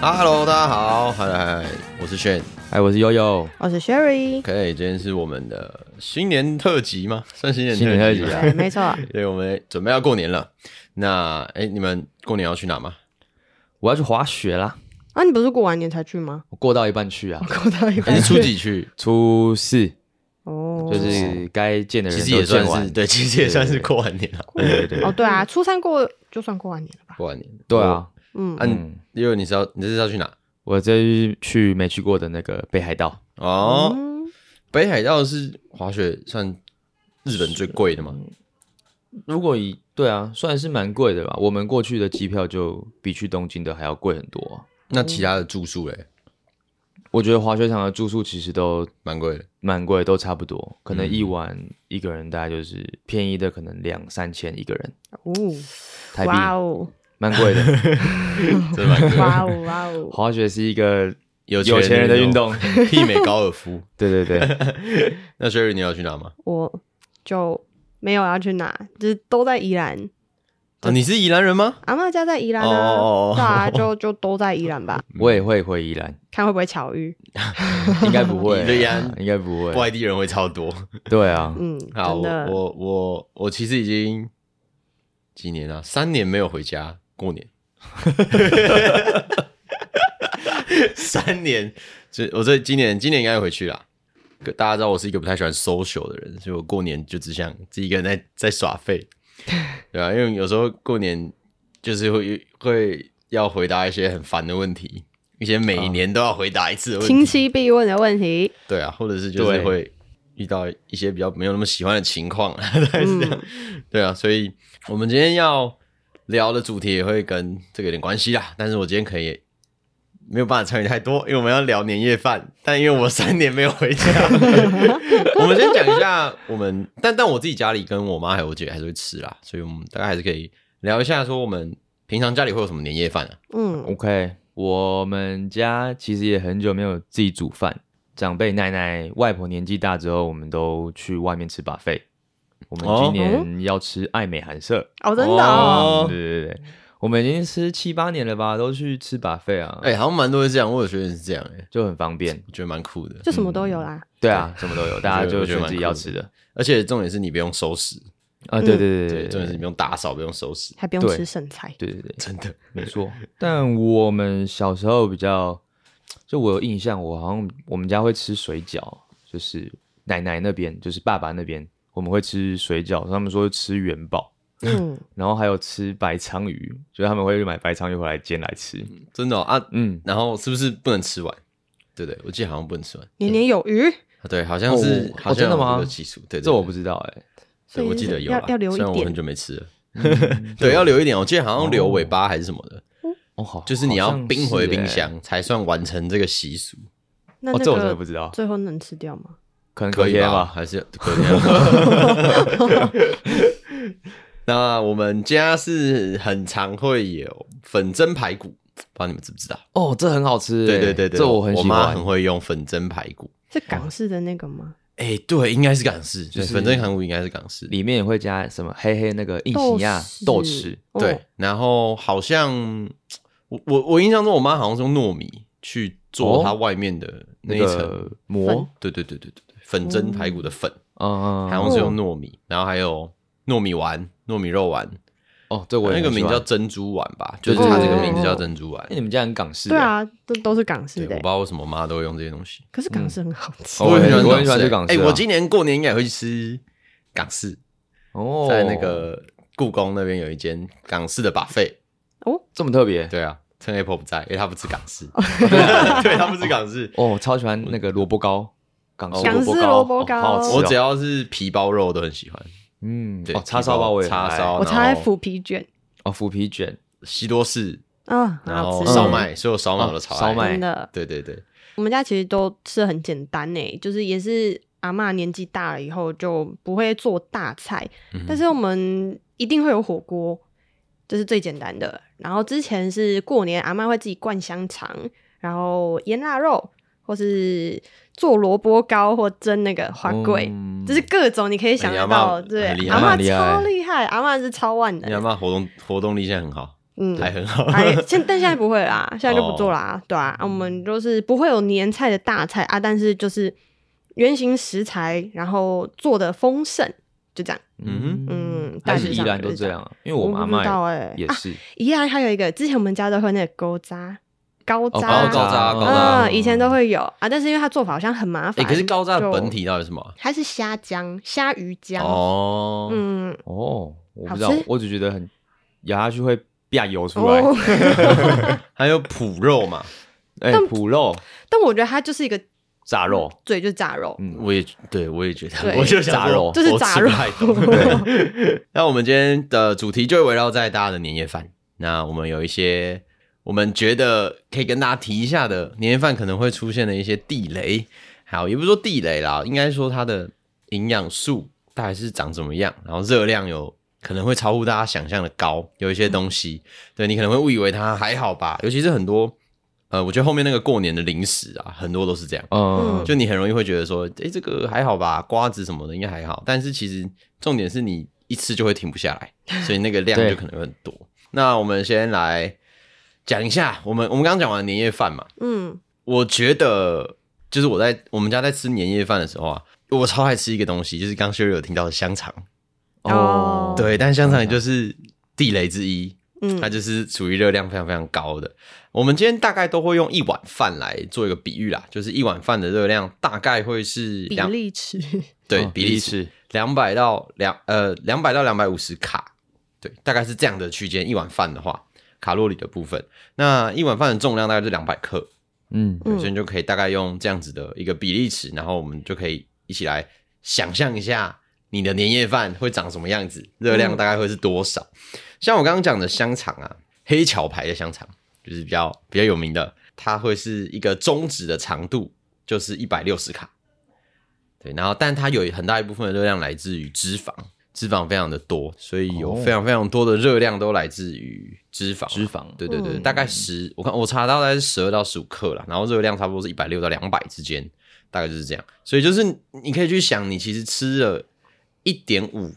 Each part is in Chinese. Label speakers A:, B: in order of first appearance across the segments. A: 啊 Hello，大家好，嗨嗨，我是炫。
B: 哎，我是悠悠，
C: 我哦是 Sherry，
A: OK，今天是我们的新年特辑吗？算新年
B: 新年
A: 特
B: 特
A: 辑
B: 辑
A: 吧。
C: 对，没错，啊
A: 对，我们准备要过年了。那哎、你们过年要去哪吗？
B: 我要去滑雪啦！
C: 啊，你不是过完年才去吗？
B: 我过到一半去 啊，
C: 过到一
A: 你
C: 半
A: 是初
C: 去
A: 几去？
B: 初四
C: 哦，
B: 就是该见的
A: 其
B: 人
A: 实
B: 都
A: 也算
B: 见
A: 是
B: 完，
A: 对，其实也算是过完年了。
B: 对对对
C: 哦，对啊，初三过就算过完年了吧？
A: 过完年，
B: 对啊，
C: 嗯，
A: 啊，你因为你知道你这是要去哪？
B: 我这去没去过的那个北海道，
A: 哦，
C: 嗯
A: 北海道是滑雪算日本最贵的吗？
B: 如果以对啊，算是蛮贵的吧。我们过去的机票就比去东京的还要贵很多啊、
A: 那其他的住宿嘞，
B: 我觉得滑雪场的住宿其实都
A: 蛮贵的。
B: 蛮贵，都差不多，可能一晚一个人大概就是便宜的，可能两三千一个人
C: 哦，
B: 台币，
C: 哇哦，
B: 蛮贵的。
A: 真的蛮贵 的
C: 哇哦，哇哦，
B: 滑雪是一个
A: 有
B: 有钱人的运
A: 动，
B: 动，
A: 媲美高尔夫。
B: 对对 对，
A: 那 Sherry，你要去哪吗？哦
C: 我就没有要去哪，就是都在宜兰，
A: 啊，你是宜兰人吗？
C: 阿嬷家在宜兰
A: 哦哦哦
C: 啊，
A: 哦
C: 对 啊，就就都在宜兰吧，
B: 我也会回宜兰，
C: 看会不会巧遇。
B: 应该不会啊，
A: 宜兰
B: 应该不会，
A: 外地人会超 多。
B: 对啊，
C: 嗯，
A: 好，
C: 真
A: 我
C: 的，
A: 我我我其实已经几年了，三年没有回家过 年。三年，这我这今年今年应该会回去啦。可大家知道我是一个不太喜欢 social 的人，所以我过年就只想自己一个人在在耍 废，对啊，因为有时候过年就是会会要回答一些很烦的问题，一些每年都要回答一次的问题，
C: 哦亲戚必问的问 题，
A: 对啊，或者是就是
B: 对
A: 会遇到一些比较没有那么喜欢的情况， 啊，
C: 嗯，
A: 对啊，所以我们今天要聊的主题也会跟这个有点关系啦。但是我今天可以没有办法参与太多，因为我们要聊年夜饭。但因为我三年没有回 家，我们先讲一下我们，但但我自己家里跟我妈还有我姐还是会吃啦，所以我们大概还是可以聊一下说我们平常家里会有什么年夜饭啊？
C: 嗯，
B: OK，我们家其实也很久没有自己煮饭，长辈、奶奶、外婆年纪大之后，我们都去外面吃 buffet。我们
A: 哦
B: 今年要吃爱美韩舍，
C: 哦，真的
A: 哦
C: 哦，
B: 对对对，我们已经吃七八年了吧，都去吃 buffet 啊，
A: 哎、好像蛮多人是这样，我有学员是这样、哎，
B: 就很方便。
A: 我觉得蛮酷的。
C: 就什么都有啦，
B: 对啊，什么都有，大家就选自己要吃的
A: 而且重点是你不用收拾，
B: 啊，对对
A: 对，
B: 对
A: 重点
B: 对
A: 是你不用打扫，不用收拾，
C: 还不用
B: 对
C: 吃剩菜，
B: 对对对，
A: 真的。
B: 没错。但我们小时候比较，就我有印象，我好像我们家会吃水饺，就是奶奶那边，就是爸爸那边，我们会吃水饺，他们说吃元宝，
C: 嗯，
B: 然后还有吃白鲳鱼，就是他们会买白鲳鱼回来煎来吃。
A: 真的、哦、啊，
B: 嗯，
A: 然后是不是不能吃完？对不对，我记得好像不能吃完。
C: 年年有余，
A: 啊对，好像是，
B: 哦
A: 好像
B: 真的
A: 有
B: 吗
A: 这个技术，对，对
B: 这我
A: 对
B: 不知道哎、
C: 所
A: 对
C: 以
A: 我记得有啦啊
C: 要要留一
A: 虽然我很
C: 点，
A: 久没吃 了。 对，要留一点。我记得好像留尾巴还是什么的，
B: 哦，好，
A: 就是你要冰回冰
B: 好像欸
A: 箱才算完成这个习俗，
C: 那
B: 是欸。哦，这我真的
C: 那
B: 不
C: 个
B: 知道，
C: 最后能吃掉吗？
B: 可能隔
A: 可以
B: 天
A: 吧？
B: 吧。
A: 还是隔天？ 那我们家是很常会有粉蒸排骨，不知道你们知不知道？
B: 哦，这很好吃、欸，
A: 对对对对，
B: 这我很喜
A: 妈
B: 欢
A: 很。会用粉蒸排骨。
C: 是港式的那个吗？
A: 哎，对，应该是港式，
B: 就
A: 对
B: 是
A: 粉蒸排骨应该是港式。
B: 里面也会加什么黑黑那个印形亚
C: 豆
B: 豆豉，
C: 哦
A: 对，然后好像我我我印象中，我妈好像是用糯米去做
B: 哦
A: 它外面的那
B: 那
A: 一层，
B: 个膜，
A: 对对对对对对，粉蒸排骨的粉，
B: 嗯，
A: 好像是用糯米，然后还有糯米丸、糯米肉丸，
B: 哦，这我也
A: 那个
B: 很喜
A: 名
B: 欢
A: 叫珍珠丸吧，就是
B: 对对
A: 它这
B: 对
A: 个
B: 对
A: 名字
C: 对
A: 叫珍珠丸
B: 哎、。你们家很港式、
C: 对，啊，都都是港
A: 对，
C: 式
A: 我
C: 的
A: 不知，道嗯为什么我妈都会用这些东西。
C: 可是港式很好吃
B: 哦。我也我很喜欢
A: 吃
B: 吃港式
A: 哎，
B: 啊
A: 我今年过年应该也会去吃港式，
B: 哦，
A: 在那个故宫那边有一间港式的 buffet。
B: 这么特别，
A: 对啊，趁 Apple 不在，因为他不吃港 式，对他不吃港式。
B: 哦，超喜欢那个萝卜糕，港式
A: 港
B: 萝卜
C: 式
B: 糕，
C: 萝卜糕
B: 哦好好吃哦
A: 我只要是皮包肉都很喜欢，
B: 嗯
A: 对，
B: 哦，叉烧包我也很爱
A: 叉烧
C: 我超爱
A: 然后
C: 腐皮卷
B: 哦，腐皮卷，
A: 西多士，
C: 啊，很
A: 然
C: 好
A: 后
C: 吃。
A: 烧麦，所有烧麦我都
B: 哦
A: 超爱。
B: 烧麦
C: 真的，
A: 对对对，
C: 我们家其实都吃的很简单呢，就是也是阿嬷年纪大了以后就不会做大菜，
A: 嗯
B: 嗯
C: 但是我们一定会有火锅，这、是最简单的。然后之前是过年，阿嬷会自己灌香肠，然后腌腊肉，或是做萝卜糕或蒸那个花桂。
B: 嗯
C: 就是各种你可以想
A: 哎
C: 得
A: 阿嬷
C: 到，对
A: 很厉，
B: 害
C: 阿
B: 很厉
C: 嬷
B: 害
C: 超厉害，阿嬷是超万
A: 你阿
C: 能，
A: 妈活动活动力现在很好，
C: 嗯，
A: 还很好。
C: 哎，现但现在不会啦，现在就不做啦，对啊，啊我们就是不会有年菜的大菜啊，但是就是原型食材，然后做的丰盛，就这样。
A: 嗯
C: 嗯，大
B: 但
C: 致
B: 是依
C: 上
B: 然
C: 就
B: 都
C: 是
B: 这
C: 这
B: 样。啊，因为我妈
C: 不知道
B: 妈
C: 哎、
B: 也
C: 啊，
B: 是，
C: 依然还有一个，之前我们家都会那个勾渣、高
B: 哦
C: 渣、
A: 高高渣高渣
C: 嗯，以前都会有啊，但是因为它做法好像很麻
A: 哎，
C: 烦。
A: 可是高炸的
C: 就
A: 本体到底是什么啊？
C: 它是虾浆、虾鱼浆，
A: 哦，
C: 嗯，
B: 哦，我不
C: 好
B: 知道
C: 吃，
B: 我只觉得很咬下去会啪油出来，
C: 哦，
A: 还有脯肉嘛，
B: 哎，脯肉、
C: 但我觉得它就是一个
B: 炸肉，
C: 嘴，就是炸肉，
B: 嗯，
A: 我也对我也觉得，
C: 对
A: 我就想
B: 炸肉
A: 说
C: 就是
A: 我
C: 炸
A: 吃不
C: 肉
A: 太懂 对，那我们今天的主题就会围绕在大家的年夜饭。那我们有一些我们觉得可以跟大家提一下的年夜饭可能会出现的一些地雷，好，也不是说地雷啦，应该说它的营养素大概是长怎么样，然后热量有可能会超乎大家想象的高，有一些东西， 对你可能会误以为它还好吧，尤其是很多。呃，我觉得后面那个过年的零食啊，很多都是这样。
B: 嗯，
A: 就你很容易会觉得说，诶，这个还好吧，瓜子什么的应该还好，但是其实重点是你一吃就会停不下来，所以那个量
B: 对
A: 就可能会很多。那我们先来讲一下，我们我们刚刚讲完年夜饭嘛，
C: 嗯，
A: 我觉得就是我在我们家在吃年夜饭的时候啊，我超爱吃一个东西，就是刚修有听到的香肠，
C: 哦
A: 对，但香肠也就是地雷之一，
C: 嗯
A: 它就是属于热量非常非常高的。我们今天大概都会用一碗饭来做一个比喻啦，就是一碗饭的热量大概会是
C: 比
A: 两
C: 例尺，
A: 对
B: 哦
A: 嗯比例是
B: 是
A: 两百到两呃两百到两百五十卡，对，大概是这样的区间。一碗饭的话，卡路里的部分，那一碗饭的重量大概是两百克，
B: 嗯，
A: 对
C: 嗯
A: 所以你就可以大概用这样子的一个比例尺，然后我们就可以一起来想象一下你的年夜饭会长什么样子，热量大概会是多少。像我刚刚讲的香肠啊，黑巧牌的香肠就是比较比较有名的，它会是一个中指的长度，就是一百六十卡。对，然后但它有很大一部分的热量来自于脂肪，脂肪非常的多，所以有
B: 哦
A: 非常非常多的热量都来自于脂肪啊、
B: 脂肪
A: 对对对，
C: 嗯
A: 大概十，我看我查到大概是十二到十五克啦，然后热量差不多是一百六到两百之间，大概就是这样。所以就是你可以去想，你其实吃了一点五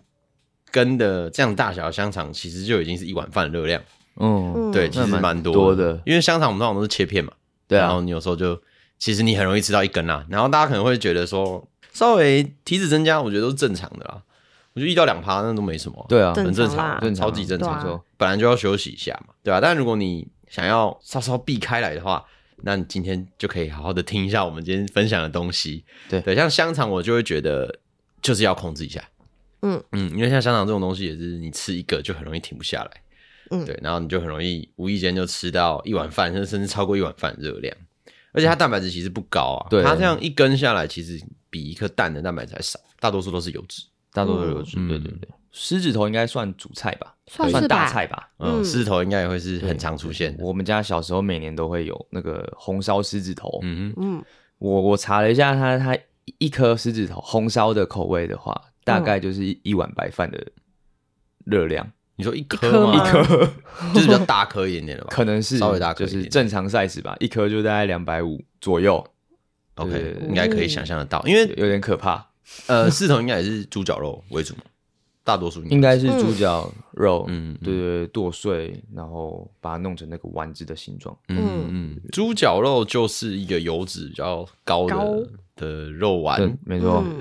A: 根的这样大小的香肠，其实就已经是一碗饭的热量，
B: 嗯，
C: 嗯
A: 对，其实
B: 那
A: 蛮
B: 蛮
A: 多
B: 多的
A: 因为香肠我们通常都是切片嘛，
B: 对
A: 然后
B: 啊，
A: 你有时候就其实你很容易吃到一根啦，然后大家可能会觉得说稍微体脂增加，我觉得都是正常的啦，我觉得一到两趴那都没什么啊、
B: 对啊，
A: 很正
C: 正常
A: 常，
C: 啦
B: 正常
A: 超级正常。
C: 对啊
A: 说本来就要休息一下嘛，对吧、但如果你想要稍稍避开来的话，那你今天就可以好好的听一下我们今天分享的东西。
B: 对
A: 对，像香肠，我就会觉得就是要控制一下。
C: 嗯
A: 嗯，因为像香肠这种东西，也是你吃一个就很容易停不下来。
C: 嗯
A: 对，然后你就很容易无意间就吃到一碗饭，甚至甚至超过一碗饭的热量，而且它蛋白质其实不高啊。
B: 对
A: 它这样一根下来，其实比一颗蛋的蛋白质还少，大多数都是油脂。
B: 大多都有脂，
A: 嗯
B: 对对对，狮子头应该算主菜吧，
C: 算是
B: 大
C: 吧
B: 菜吧，
A: 嗯，
C: 嗯
A: 狮子头应该也会是
B: 对
A: 很常出现的。
B: 我们家小时候每年都会有那个红烧狮子头，
A: 嗯哼，
C: 嗯，
B: 我我查了一下它，它一一颗狮子头红烧的口味的话，大概就是
C: 嗯
B: 一一碗白饭的热量，
A: 你说一颗
C: 颗
A: 吗？
C: 吗一
B: 颗
A: 就是比较大颗一点点的吧？
B: 可能是
A: 稍微大颗
B: 就
A: 一点
B: 是正常 size 吧，一颗就大概两百五左右，对对
A: OK，
B: 对
A: 应该可以想象得到，因为
B: 有点可怕。
A: 呃，狮头应该也是猪脚肉为主嘛，大多数
B: 应该是猪脚肉，
A: 嗯
B: 嗯，对对，对剁碎，然后把它弄成那个丸子的形状。
A: 嗯嗯，猪脚肉就是一个油脂比较高
C: 高
A: 的的肉
B: 对
A: 丸。，
B: 没错，
C: 嗯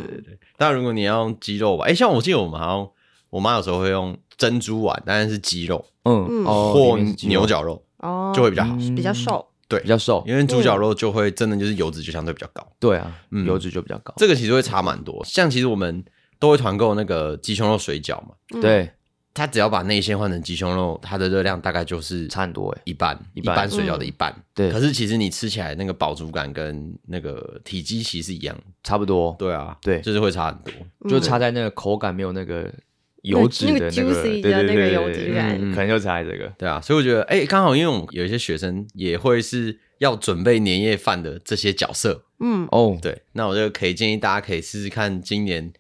A: 但如果你要用鸡肉丸，哎，像我记得我们好像我妈有时候会用珍珠丸，当然是鸡肉
B: 嗯，哦，
A: 或
B: 里面是鸡肉
A: 牛，角肉
C: 哦，
A: 就会比较好，
B: 嗯
C: 比较瘦，
B: 比较瘦，
A: 因为猪脚肉
B: 嗯
A: 就会真的就是油脂就相对比较高。
B: 对啊，
A: 嗯
B: 油脂就比较高。
A: 这个其实会差蛮多。像其实我们都会团购那个鸡胸肉水饺嘛，
C: 嗯，
B: 对，
A: 它只要把内馅换成鸡胸肉，它的热量大概就是
B: 差很多哎。
A: 一半，一
B: 一半嗯
A: 般水饺的一半。
B: 对
A: 可是其实你吃起来那个饱足感跟那个体积其实是一样的。
B: 差不多，
A: 对啊，
B: 对
A: 就是会差很多。
B: 就
C: 嗯
B: 差在那个口感没有那个油脂的
C: 那
B: 个，
C: 个
B: 对
C: juicy
B: 对
C: 的
B: 对
C: 那个
B: 对
C: 油
B: 对
C: 脂
B: 对
C: 感
B: 嗯可能就差在这个。
A: 对啊，所以我觉得，哎、刚好因为我们有一些学生也会是要准备年夜饭的这些角色，
C: 嗯，
B: 哦，
A: 对，那我就可以建议大家可以试试看，今年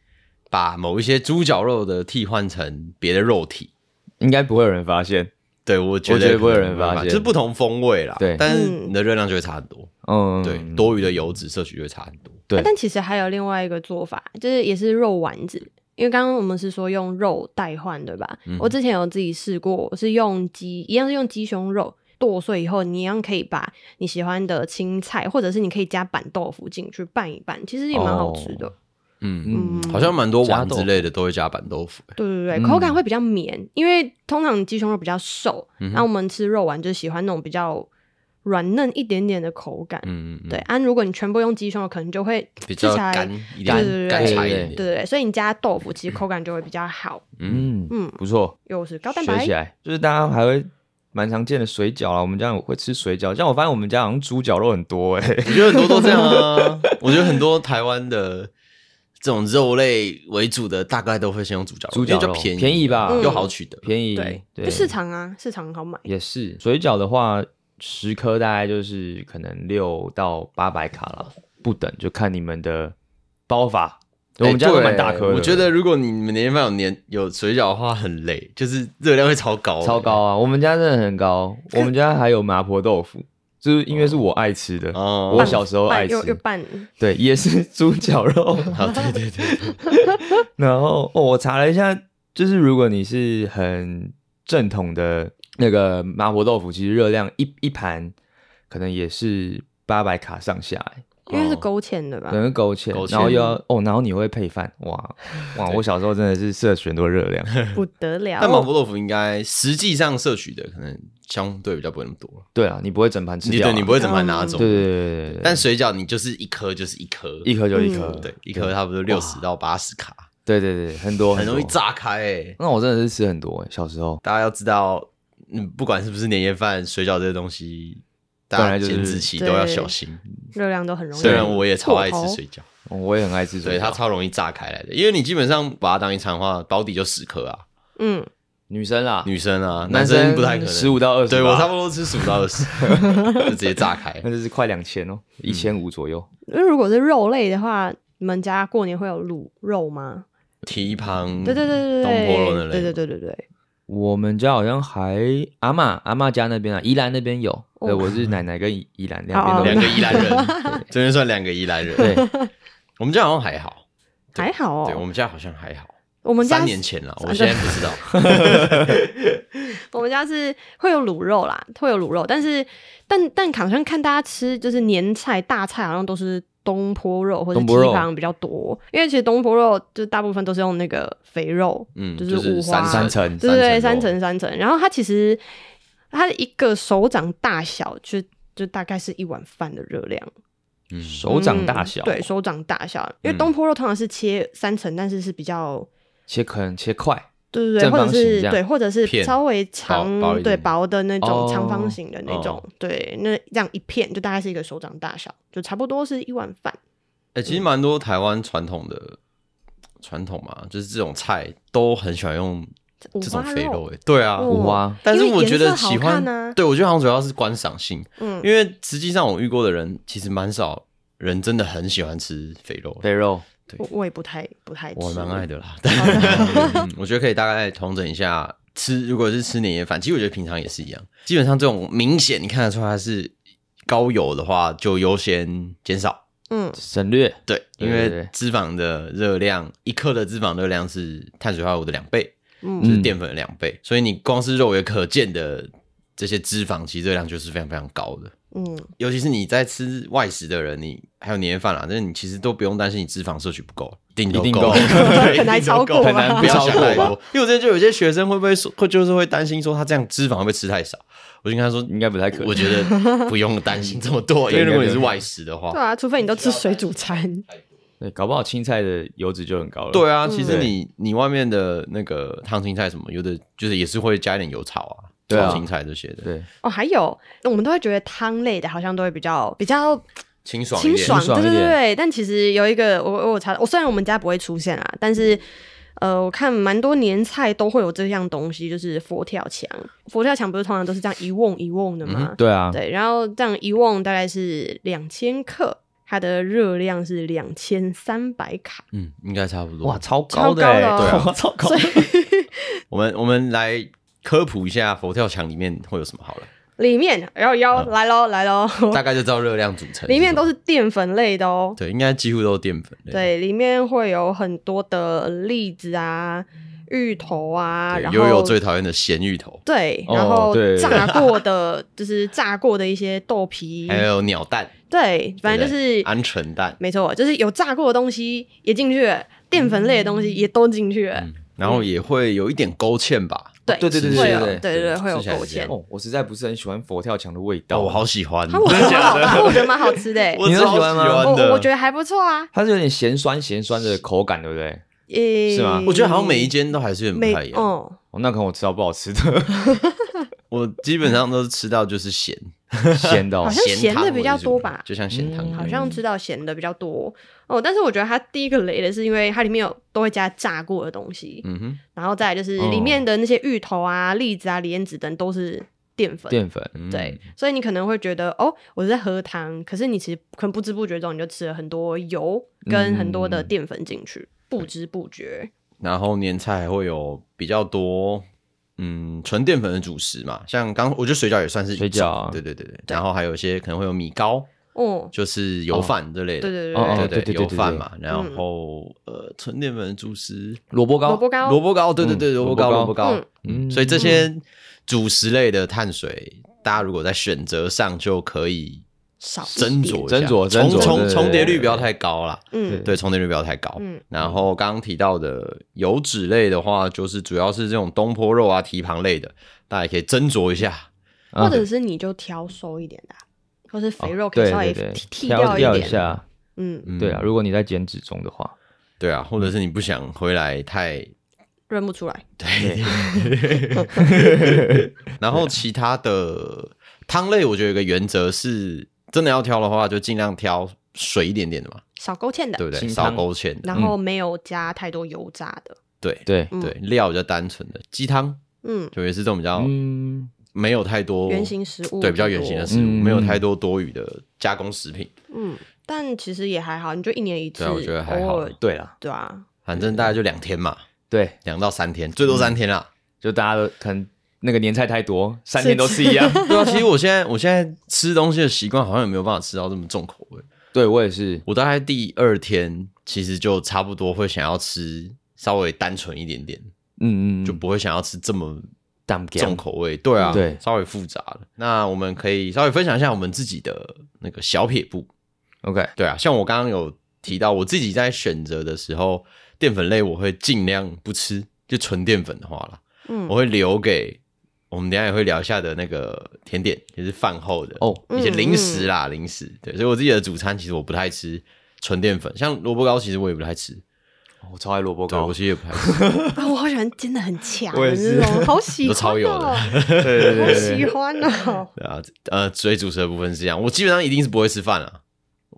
A: 把某一些猪脚肉的替换成别的肉体。
B: 应该不会有人发现。
A: 对，我觉
B: 我觉
A: 得
B: 得不会有
A: 可能
B: 人发
A: 吧就
B: 现
A: 是不同风味啦。
B: 对
A: 但是
C: 嗯
A: 你的热量就会差很多，
B: 嗯，
A: 对，多余的油脂摄取就会差很多。
B: 对
C: 啊但其实还有另外一个做法，就是也是肉丸子，因为刚刚我们是说用肉代换，对吧？
A: 嗯
C: 我之前有自己试过，我是用鸡，一样是用鸡胸肉剁碎以后，你一样可以把你喜欢的青菜，或者是你可以加板豆腐进去拌一拌，其实也蛮好吃的。
A: 嗯，
B: 嗯，
A: 好像蛮多碗
B: 加豆
A: 之类的都会加板豆腐、欸
C: 对对对，
B: 嗯
C: 口感会比较绵，因为通常鸡胸肉比较瘦，
A: 嗯哼
C: 那、我们吃肉丸就喜欢那种比较软嫩一点点的口感。
A: 嗯，嗯，
C: 对，啊，如果你全部用鸡胸肉，可能就会
A: 比较
C: 吃起来
A: 干一
C: 对对
A: 点，
C: 对
A: 干柴一
B: 对
A: 点
C: 对对对，所以你加豆腐其实口感就会比较好。
A: 嗯，
B: 嗯
C: 嗯，
B: 不错，
C: 又是高蛋
B: 学
C: 白
B: 起，来就是大家还会蛮常见的水饺啦。我们家有会吃水饺，像我发现我们家好像猪脚肉很多哎、
A: 我觉得很多都这样啊。我觉得很多台湾的这种肉类为主的，大概都会先用猪脚肉，
B: 猪脚
A: 因为
B: 肉
A: 就便宜，
B: 便宜吧
C: 嗯
A: 又好取得。
B: 便宜，
C: 对，
B: 对
C: 就市场啊，市场很好买。
B: 也是水饺的话，十颗大概就是可能六到八百卡啦，不等，就看你们的包法。我们家都
A: 哎
B: 蛮大颗的，
A: 我觉得如果你们年夜饭有年有水饺的话，很累，就是热量会超高，
B: 超高啊！我们家真的很高，我们家还有麻婆豆腐，就是因为是我爱吃的，
A: 哦
B: 我小时候爱
C: 拌
B: 吃
C: 又，又拌，
B: 对，也 是猪脚肉。
A: 好，对对 对，对
B: 然后哦，我查了一下，就是如果你是很正统的那个麻婆豆腐，其实热量一一盘可能也是八百卡上下、欸，
C: 因为是
A: 哦
C: 勾芡的吧
B: 可？能勾芡
A: 勾，芡
B: 然后又要哦，然后你会配饭，哇哇！我小时候真的是摄取很多热量，
C: 不得了，
A: 但麻婆豆腐应该实际上摄取的可能相对比较不会那么多，
B: 对啊，你不会整盘吃
A: 你
B: 掉啊，
A: 对你不会整盘拿走，
B: 对，对对对对，
A: 但水饺你就是一颗就是一颗，
B: 一颗就一颗，
C: 嗯
A: 对一颗差不多六十到八十卡，
B: 对对对，很多
A: 很容易。
B: 多
A: 炸开诶。
B: 那我真的是吃很多欸，小时候
A: 大家要知道，嗯，不管是不是年夜饭，水饺这些东西，大
B: 本
A: 家
B: 来就是
A: 减脂期都要小心。
C: 热量都很容易。
A: 虽然我也超爱吃
C: 过头
A: 水饺，
B: 我也很爱吃
A: 所以
B: 水
A: 它
B: 饺。
A: 超容易炸开来的，因为你基本上把它当一餐的话，保底就十颗啊，
C: 嗯，
B: 女生啦，
A: 女生啊，
B: 男
A: 生不太可能。
B: 十五，到二十，
A: 对我差不多吃十五到二 十，就直接炸开
B: 那。就是快两千哦，
A: 嗯
B: 一千五左右。
C: 那如果是肉类的话，你们家过年会有卤肉吗？
A: 蹄膀，
C: 对对对
A: 嗯
C: 对
A: 东坡肉那类，
C: 对，对对对对对，
B: 我们家好像还阿嬷阿嬷家那边啊，宜兰那边有。对，我是奶奶跟宜宜兰两边都有
C: 哦
A: 两个宜兰 人，这边算两个宜兰人。
B: 对，
A: 我们家好像还好，对
C: 还好
A: 对我
C: 哦。
A: 们家好像还好。
C: 我们家
A: 三年前了，
C: 啊
A: 我现在不 知道。
C: 我们家是会有卤肉啦，会有卤肉，但是但但好像看大家吃就是年菜大菜，好像都是东坡肉或者
B: 东
C: 蹄
B: 坡肉
C: 膀比较多，因为其实东坡肉就大部分都是用那个肥肉，
A: 嗯，
C: 就是
A: 就
C: 五
A: 是
C: 花
A: 三
B: 三层
C: 对对
A: 三
C: 对，三
A: 层
C: 层三层，然后它其实它一个手掌大小就就大概是一碗饭的热量，
A: 嗯
B: 手掌大
C: 嗯
B: 小，
C: 对，手掌大小，因为
A: 嗯
C: 东坡肉通常是切三层，但是是比较。
B: 切坑切块，
C: 对对对，
B: 正
C: 或
B: 方
C: 者
B: 形
C: 是
B: 这样
C: 对，或者是
A: 片
C: 稍微长
A: 薄薄一点
C: 对
A: 点哦
C: 薄的那种
B: 哦
C: 长方形的那种，对，那这样一片就大概是一个手掌大小，就差不多是一碗饭。
A: 哎、其实蛮多台湾传统的传统嘛，就是这种菜都很喜欢用
C: 五
A: 这
C: 花
A: 种肥肉、
C: 肉，
A: 欸，对啊。
C: 嗯
B: 五花，
A: 但是
C: 因为
A: 我觉得
C: 颜色好
A: 喜欢，
C: 看啊
A: 对我觉得好像主要是观赏性，
C: 嗯，
A: 因为实际上我遇过的人其实蛮少人真的很喜欢吃肥肉的，
B: 肥肉，
C: 我我也不太不太吃，
A: 我还蛮爱的啦。 嗯我觉得可以大概统整一下吃，如果是吃年夜饭，其实我觉得平常也是一样，基本上这种明显你看得出它是高油的话，就优先减少。
C: 嗯
B: 省略，
A: 对，
B: 对
A: 因
B: 对对
A: 为脂肪的热量，一克的脂肪热量是碳水化合物的两倍，就
C: 嗯，
A: 是淀粉的两倍，所以你光是肉眼可见的这些脂肪，其实热量就是非常非常高的。
C: 嗯，
A: 尤其是你在吃外食的人，你还有年夜饭啦，那你其实都不用担心你脂肪摄取不够，一定都
B: 一定
A: 够，
B: 够
A: 对
C: 很难超过啊
A: 一定都够
C: 吧很难
A: 不要啊想
B: 超过
A: 太
B: 吧
A: 多。因为我之前就有些学生会不会说，会就是会担心说他这样脂肪会不会吃太少，我就跟他说，
B: 应该不太可能
A: 我觉得不用担心这么多，因为如果你是外食的话
C: 对，啊，除非你都吃水煮餐，
B: 对，搞不好青菜的油脂就很高了。
A: 对啊，其
C: 嗯
A: 实
B: 对
A: 你你外面的那个烫青菜什么，有的就是也是会加一点油炒啊，
B: 对啊
A: 炒青菜这些的，
B: 对，
C: 哦，还有我们都会觉得汤类的好像都会比较比较
A: 清爽一
C: 清
A: 点。
C: 爽，
B: 清爽
C: 对
B: 一
C: 对
B: 点
C: 对对。但其实有一个，我我我查，我虽然我们家不会出现啊，但是呃，我看蛮多年菜都会有这样东西，就是佛跳墙。佛跳墙不是通常都是这样一瓮一瓮
A: 嗯
C: 的吗？
B: 对啊，
C: 对，然后这样一瓮大概是两千克，它的热量是两千三百卡。
A: 嗯，应该差不多。
B: 哇，，超高
C: 超
B: 的
C: 高
B: 欸，
C: 的哦
B: 哇，超高
C: 所
B: 的。
C: 以
A: 我们我们来科普一下佛跳墙里面会有什么好了。
C: 里面幺幺
A: 嗯
C: 来喽来喽，
A: 大概就知道热量组成。
C: 里面都是淀粉类的哦。
A: 对，应该几乎都是淀粉类。
C: 对，里面会有很多的栗子啊、芋头啊，
A: 对，
C: 然后
A: 悠悠最讨厌的咸芋头，
C: 对，
B: 哦
C: 然后
B: 对
C: 炸过的， 就是炸过的一些豆皮，
A: 还有鸟蛋，
C: 对，嗯反正就
A: 对啊
C: 是
A: 不对鹌鹑蛋。
C: 没错，就是有炸过的东西也进去了，淀粉类的东西
A: 嗯
C: 也都进去了，
A: 然后也会有一点勾芡吧，
C: 对
B: 对对对
C: 会
B: 对
C: 有
B: 对
C: 对对会有
A: 吃起来
C: 勾
A: 是这
C: 芡
A: 样。
B: 哦，我实在不是很喜欢佛跳墙的味道。
A: 但哦我好喜欢，
C: 它我觉得蛮好，它我觉得蛮好吃的欸，
A: 我
B: 你
A: 超
B: 都
A: 喜
B: 喜欢吗
A: 欢啊的
C: 我我觉得还不错啊。
B: 它是有点咸酸咸酸的口感，对不对？
C: 诶
B: 是吗
A: 我觉得好像每一间都还是有点
C: 每
A: 不太一样。
C: 哦，
B: 哦，那可能我吃到不好吃 的
A: 我基本上都是吃到就是咸，
B: 咸的、哦
C: 好。像咸
A: 汤
C: 的比较
A: 为主
C: 多吧嗯
A: 就像咸汤一样。
C: 好像吃到咸的比较多哦。但是我觉得它第一个雷的是，因为它里面有都会加炸过的东西，
A: 嗯哼，
C: 然后再来就是
B: 哦
C: 里面的那些芋头啊、栗子啊、莲子等都是淀粉。
B: 淀粉，
A: 嗯
C: 对，，所以你可能会觉得哦，我是在喝汤，可是你其实可能不知不觉中你就吃了很多油跟很多的淀粉进去，不知不觉。
A: 然后年菜还会有比较多，嗯，纯淀粉的主食嘛，像刚我觉得水饺也算是一种
B: 水饺啊
A: 对对对对。然后还有一些可能会有米糕，
C: 哦，
A: 就是油饭这类的，
C: 对对对嗯
B: 哦哦
A: 对
C: 对，
B: 对对对
A: 油饭嘛。然后呃，纯淀粉的主食，
B: 萝卜糕，
C: 萝卜糕，
A: 萝卜糕，对对对，
B: 嗯
A: 萝卜糕，萝
B: 萝
A: 卜
B: 卜
A: 糕
C: 糕。
A: 嗯，
B: 嗯
A: 所以这些主食类的碳水，大家如果在选择上就可以
C: 少一
A: 斟
C: 点
A: 酌一下，
B: 斟酌
A: 重
B: 斟酌
A: 重
B: 对
A: 重叠率不要太高啦。
C: 嗯
A: 对，重叠率不要太高。
C: 嗯
A: 然后刚刚提到的油脂类的话，就是主要是这种东坡肉啊、蹄膀类的，大家也可以斟酌一下。
B: 啊哦
C: 或者是你就挑瘦一点的啊、或是肥肉可以
B: 对
C: 稍微
B: 对
C: 剃、
B: 对，
C: 剃
B: 挑
C: 掉
B: 掉
C: 一
B: 一
C: 点，
B: 下。
C: 嗯，
A: 嗯
B: 对啊，，如果你在减脂中的话，
A: 对啊，或者是你不想回来太
C: 认不出来。
A: 对。 然后其他的汤类，我觉得有个原则是，真的要挑的话，就尽量挑水一点点的嘛，
C: 少勾芡的，
A: 对嗯不对？
B: 清
A: 少
B: 汤
A: 勾芡的，
C: 然后没有加太多油炸的，
A: 对
B: 对，
C: 嗯
A: 对，料比较单纯的鸡汤，
C: 嗯，
A: 就也是这种比较
B: 嗯，
A: 没有太多
C: 原型食物
A: 对，比较原型的食物，
B: 嗯
A: 没有太多多余的加工食品。
C: 嗯，但其实也还好，你就一年一次，
A: 对啊我觉得还好
C: 偶尔
B: 对啦，
C: 对啊，
A: 反正大概就两天嘛，
B: 对，
A: 两到三天，
B: 嗯
A: 最多三天啦。
B: 就大家都可能那个年菜太多，三天都吃一 样。
A: 对啊，其实我现在我现在吃东西的习惯好像也没有办法吃到这么重口味。
B: 对我也是，
A: 我大概第二天其实就差不多会想要吃稍微单纯一点点，
B: 嗯嗯，
A: 就不会想要吃这么
B: 淡不
A: 重口味。对啊，
B: 对
A: 稍微复杂了。那我们可以稍微分享一下我们自己的那个小撇步。
B: OK，
A: 对啊，像我刚刚有提到，我自己在选择的时候，淀粉类我会尽量不吃，就纯淀粉的话啦，
C: 嗯
A: 我会留给我们等一下也会聊一下的那个甜点，就是饭后的
B: 哦
A: 一些零食
C: 嗯
A: 啦，零食。对，所以我自己的主餐其实我不太吃纯淀粉，像萝卜糕其实我也不太吃，
C: 哦
B: 哦我超爱萝卜
A: 对，
B: 糕
A: 我，其实也不太吃。
C: 啊我好喜欢，真的很强，
B: 我也是
C: 那种好喜
A: 都
C: 欢、哦，
A: 超油的
B: 对对
C: 好喜欢 哦，
A: 对啊，呃，所以主食的部分是这样，我基本上一定是不会吃饭啊，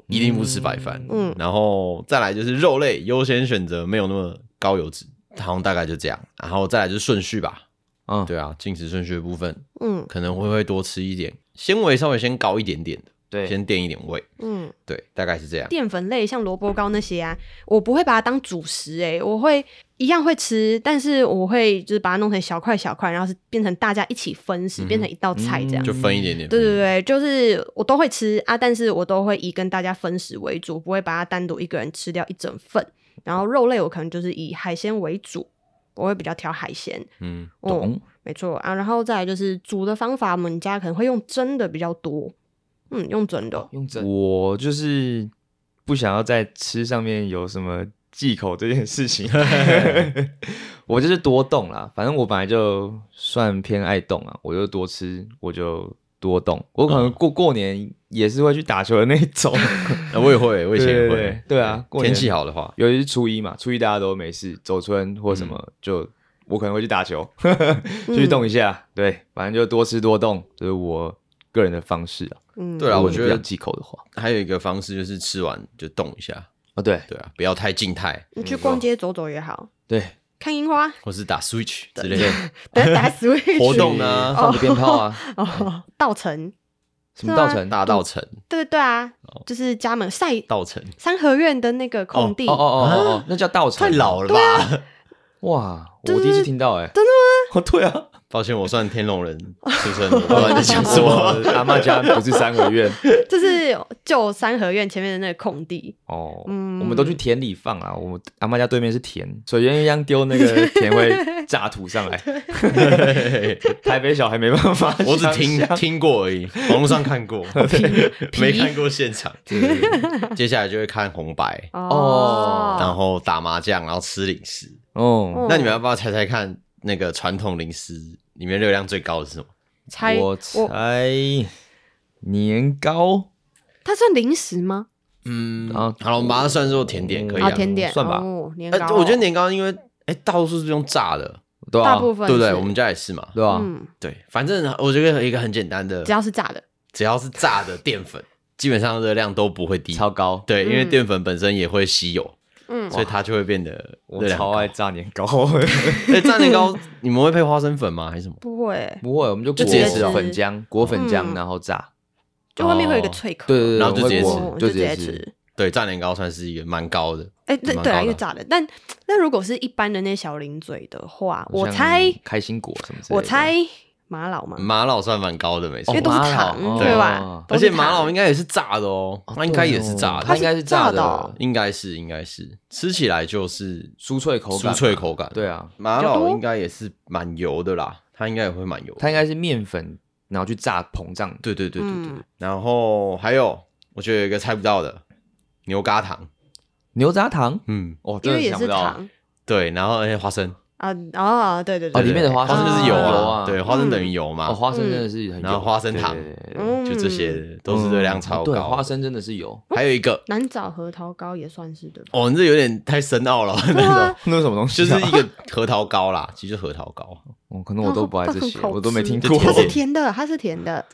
A: 一定不吃白饭。
C: 嗯
A: 然后再来就是肉类优先选择，没有那么高油脂，好像大概就这样。然后再来就是顺序吧，
B: 嗯，
A: 对啊，进食顺序的部分
C: 嗯
A: 可能会会多吃一点，纤维稍微先高一点点的，
B: 对，
A: 先垫一点胃，
C: 嗯，
A: 对，大概是这样。
C: 淀粉类像萝卜糕那些啊，我不会把它当主食、欸，我会一样会吃，但是我会就是把它弄成小块小块，然后是变成大家一起分
A: 嗯
C: 食，变成一道菜这样。
A: 就分一
B: 嗯
A: 点点，
C: 对对，对，就是我都会吃啊，但是我都会以跟大家分食为主，不会把它单独一个人吃掉一整份。然后肉类我可能就是以海鲜为主，我会比较挑海鲜。
A: 嗯，
C: 哦，
B: 懂，
C: 没错啊。然后再来就是煮的方法，我们家可能会用蒸的比较多，嗯，用蒸的。
B: 用我就是不想要在吃上面有什么忌口这件事情， 我就是多动啦。反正我本来就算偏爱动啊，我就多吃，我就多动。我可能过过年也是会去打球的那一种。
A: 啊我也会，我以前也
B: 对对
A: 会
B: 对，对啊过
A: 天
B: 年
A: 气好的话，
B: 尤其是初一嘛，初一大家都没事，走村或什么，就我可能会去打球，
C: 嗯
B: 出去动一下。对，反正就多吃多动，这、是我个人的方式啊。
C: 嗯，
A: 对啊
B: 如
A: 我
B: 果
A: 觉
B: 你
A: 得
B: 不想忌口的话，
A: 还有一个方式就是吃完就动一下，
B: 哦，对
A: 对啊，不要太静态，
C: 你
B: 嗯
C: 去逛街走走也好，
B: 对，
C: 看樱花，
A: 或是打 Switch 之类的，
C: 等下 打 Switch
A: 活动呢
B: 去放个鞭炮啊，
C: 哦，稻城，
B: 什么稻
C: 是
B: 城哦
A: 大稻城，
C: 对对对啊，就是家门晒
A: 稻城，
C: 三合院的那个空地，
B: 哦哦哦哦哦，那叫稻城，
A: 太老了吧？
B: 哇！我
C: 就是
B: 第一次听到哎、
C: 真的
B: 吗？哦，对啊，
A: 抱歉，我算天龙人出身，我不知道你在讲什 么。
B: 我阿妈家不是三合院
C: 就是旧三合院前面的那个空地，
B: 哦，
C: 嗯
B: 我们都去田里放啊。我阿妈家对面是田，水鸳鸯丢那个田会炸土上来，台北小孩没办法想象。
A: 我只听听过而已， 网络上看过，没看过现场。接下来就会看红白，然
B: 哦
A: 后打麻将，然后吃零食。
B: 哦，
C: 嗯
A: 那你们要不要猜猜看，那个传统零食里面热量最高的是什么？
C: 猜
B: 我猜年糕
C: 它算零食吗？
A: 嗯
B: 啊
A: 好了，我们把它算作甜点，可以
C: 啊，
A: 啊。
C: 哦甜点
B: 算吧
C: 哦年
A: 呃
C: 糕，
A: 我觉得年糕因为哎到处是用炸的，
B: 对啊吧
C: 大？部分
A: 对不对？
C: 是
A: 我们家也是嘛。
B: 对吧？
C: 嗯，
A: 对，反正我觉得一个很简单的
C: 只，要是炸的，
A: 只要是炸的淀粉，基本上热量都不会低。
B: 超高，
A: 对，因为
C: 嗯
A: 淀粉本身也会吸油，
C: 嗯，
A: 所以它就会变得热
B: 我
A: 量
B: 超
A: 高。
B: 爱炸年 糕。
A: 哎，炸年糕 你们会配花生粉吗？还是什么？
C: 不会，
B: 不会，我们就
C: 就
B: 裹
A: 直接吃哦
B: 粉浆，裹粉浆
C: 嗯
B: 然后炸。
C: 就外面会有一个脆壳，
B: 对对对，
A: 然后就
B: 我会
A: 直接
B: 裹
A: 吃
C: 哦
B: 就
C: 直接
B: 吃。
C: 吃。
A: 对，炸年糕算是一个蛮高的。
C: 哎，对
A: 蛮
C: 对
A: 高
C: 啊，
A: 的
C: 因为炸的。但那如果是一般的那小零嘴的话，我
B: 像
C: 猜，
B: 开心果什么之类的，
C: 我猜玛瑙嘛，
A: 玛瑙算蛮高的，没错
C: 因为。都是
B: 麻
C: 糖
B: 辣，
C: 对
B: 哦
C: 吧？
A: 而
C: 哎都
A: 且
C: 是
A: 玛
C: 糖
A: 瑙应该也是炸的哦，它应该也是炸
B: 它
A: 的
B: 应，该是炸
C: 它是炸的哦
A: 应该是应该是吃起来就是
B: 酥脆口感，
A: 酥脆口感。
B: 对啊，
A: 玛
C: 比较
A: 瑙
C: 多
A: 应该也是蛮油的啦，它应该也会蛮油的。
B: 它应该是面粉，然后去炸膨胀。
A: 对对对对对。
C: 嗯
A: 然后还有，我觉得有一个猜不到的牛轧糖，
B: 牛轧糖，
A: 嗯，
B: 哦，真
C: 因
B: 的
C: 为也
B: 想不
C: 是
B: 到。
C: 糖
A: 对，然后而且哎花生，
C: 啊啊，对对
B: 哦
A: 对
B: 里
A: 对
B: 面的花
A: 花
B: 生
A: 生就是
C: 是
A: 油
B: 油
A: 啊，
B: 啊
A: 对，花生等于油嘛
B: 哦，，花生真的是很油，
A: 嗯然后花生糖
B: 对对对对
C: 嗯
A: 哦就这些都是热量超
B: 哦对，
A: 高。
B: 花生真的是油。
A: 还有一个，
C: 南枣核桃糕也算是对吧？
A: 哦，你这有点太深奥了，
C: 对啊，
B: 那是什么东
A: 就
B: 西
A: 是
B: 啊？
A: 一个核桃糕啦，其实就是核桃糕。
B: 哦，可能我都不爱这些
C: 它，很好
B: 我都没听
A: 吃
B: 过。
C: 它是甜的，它是甜的，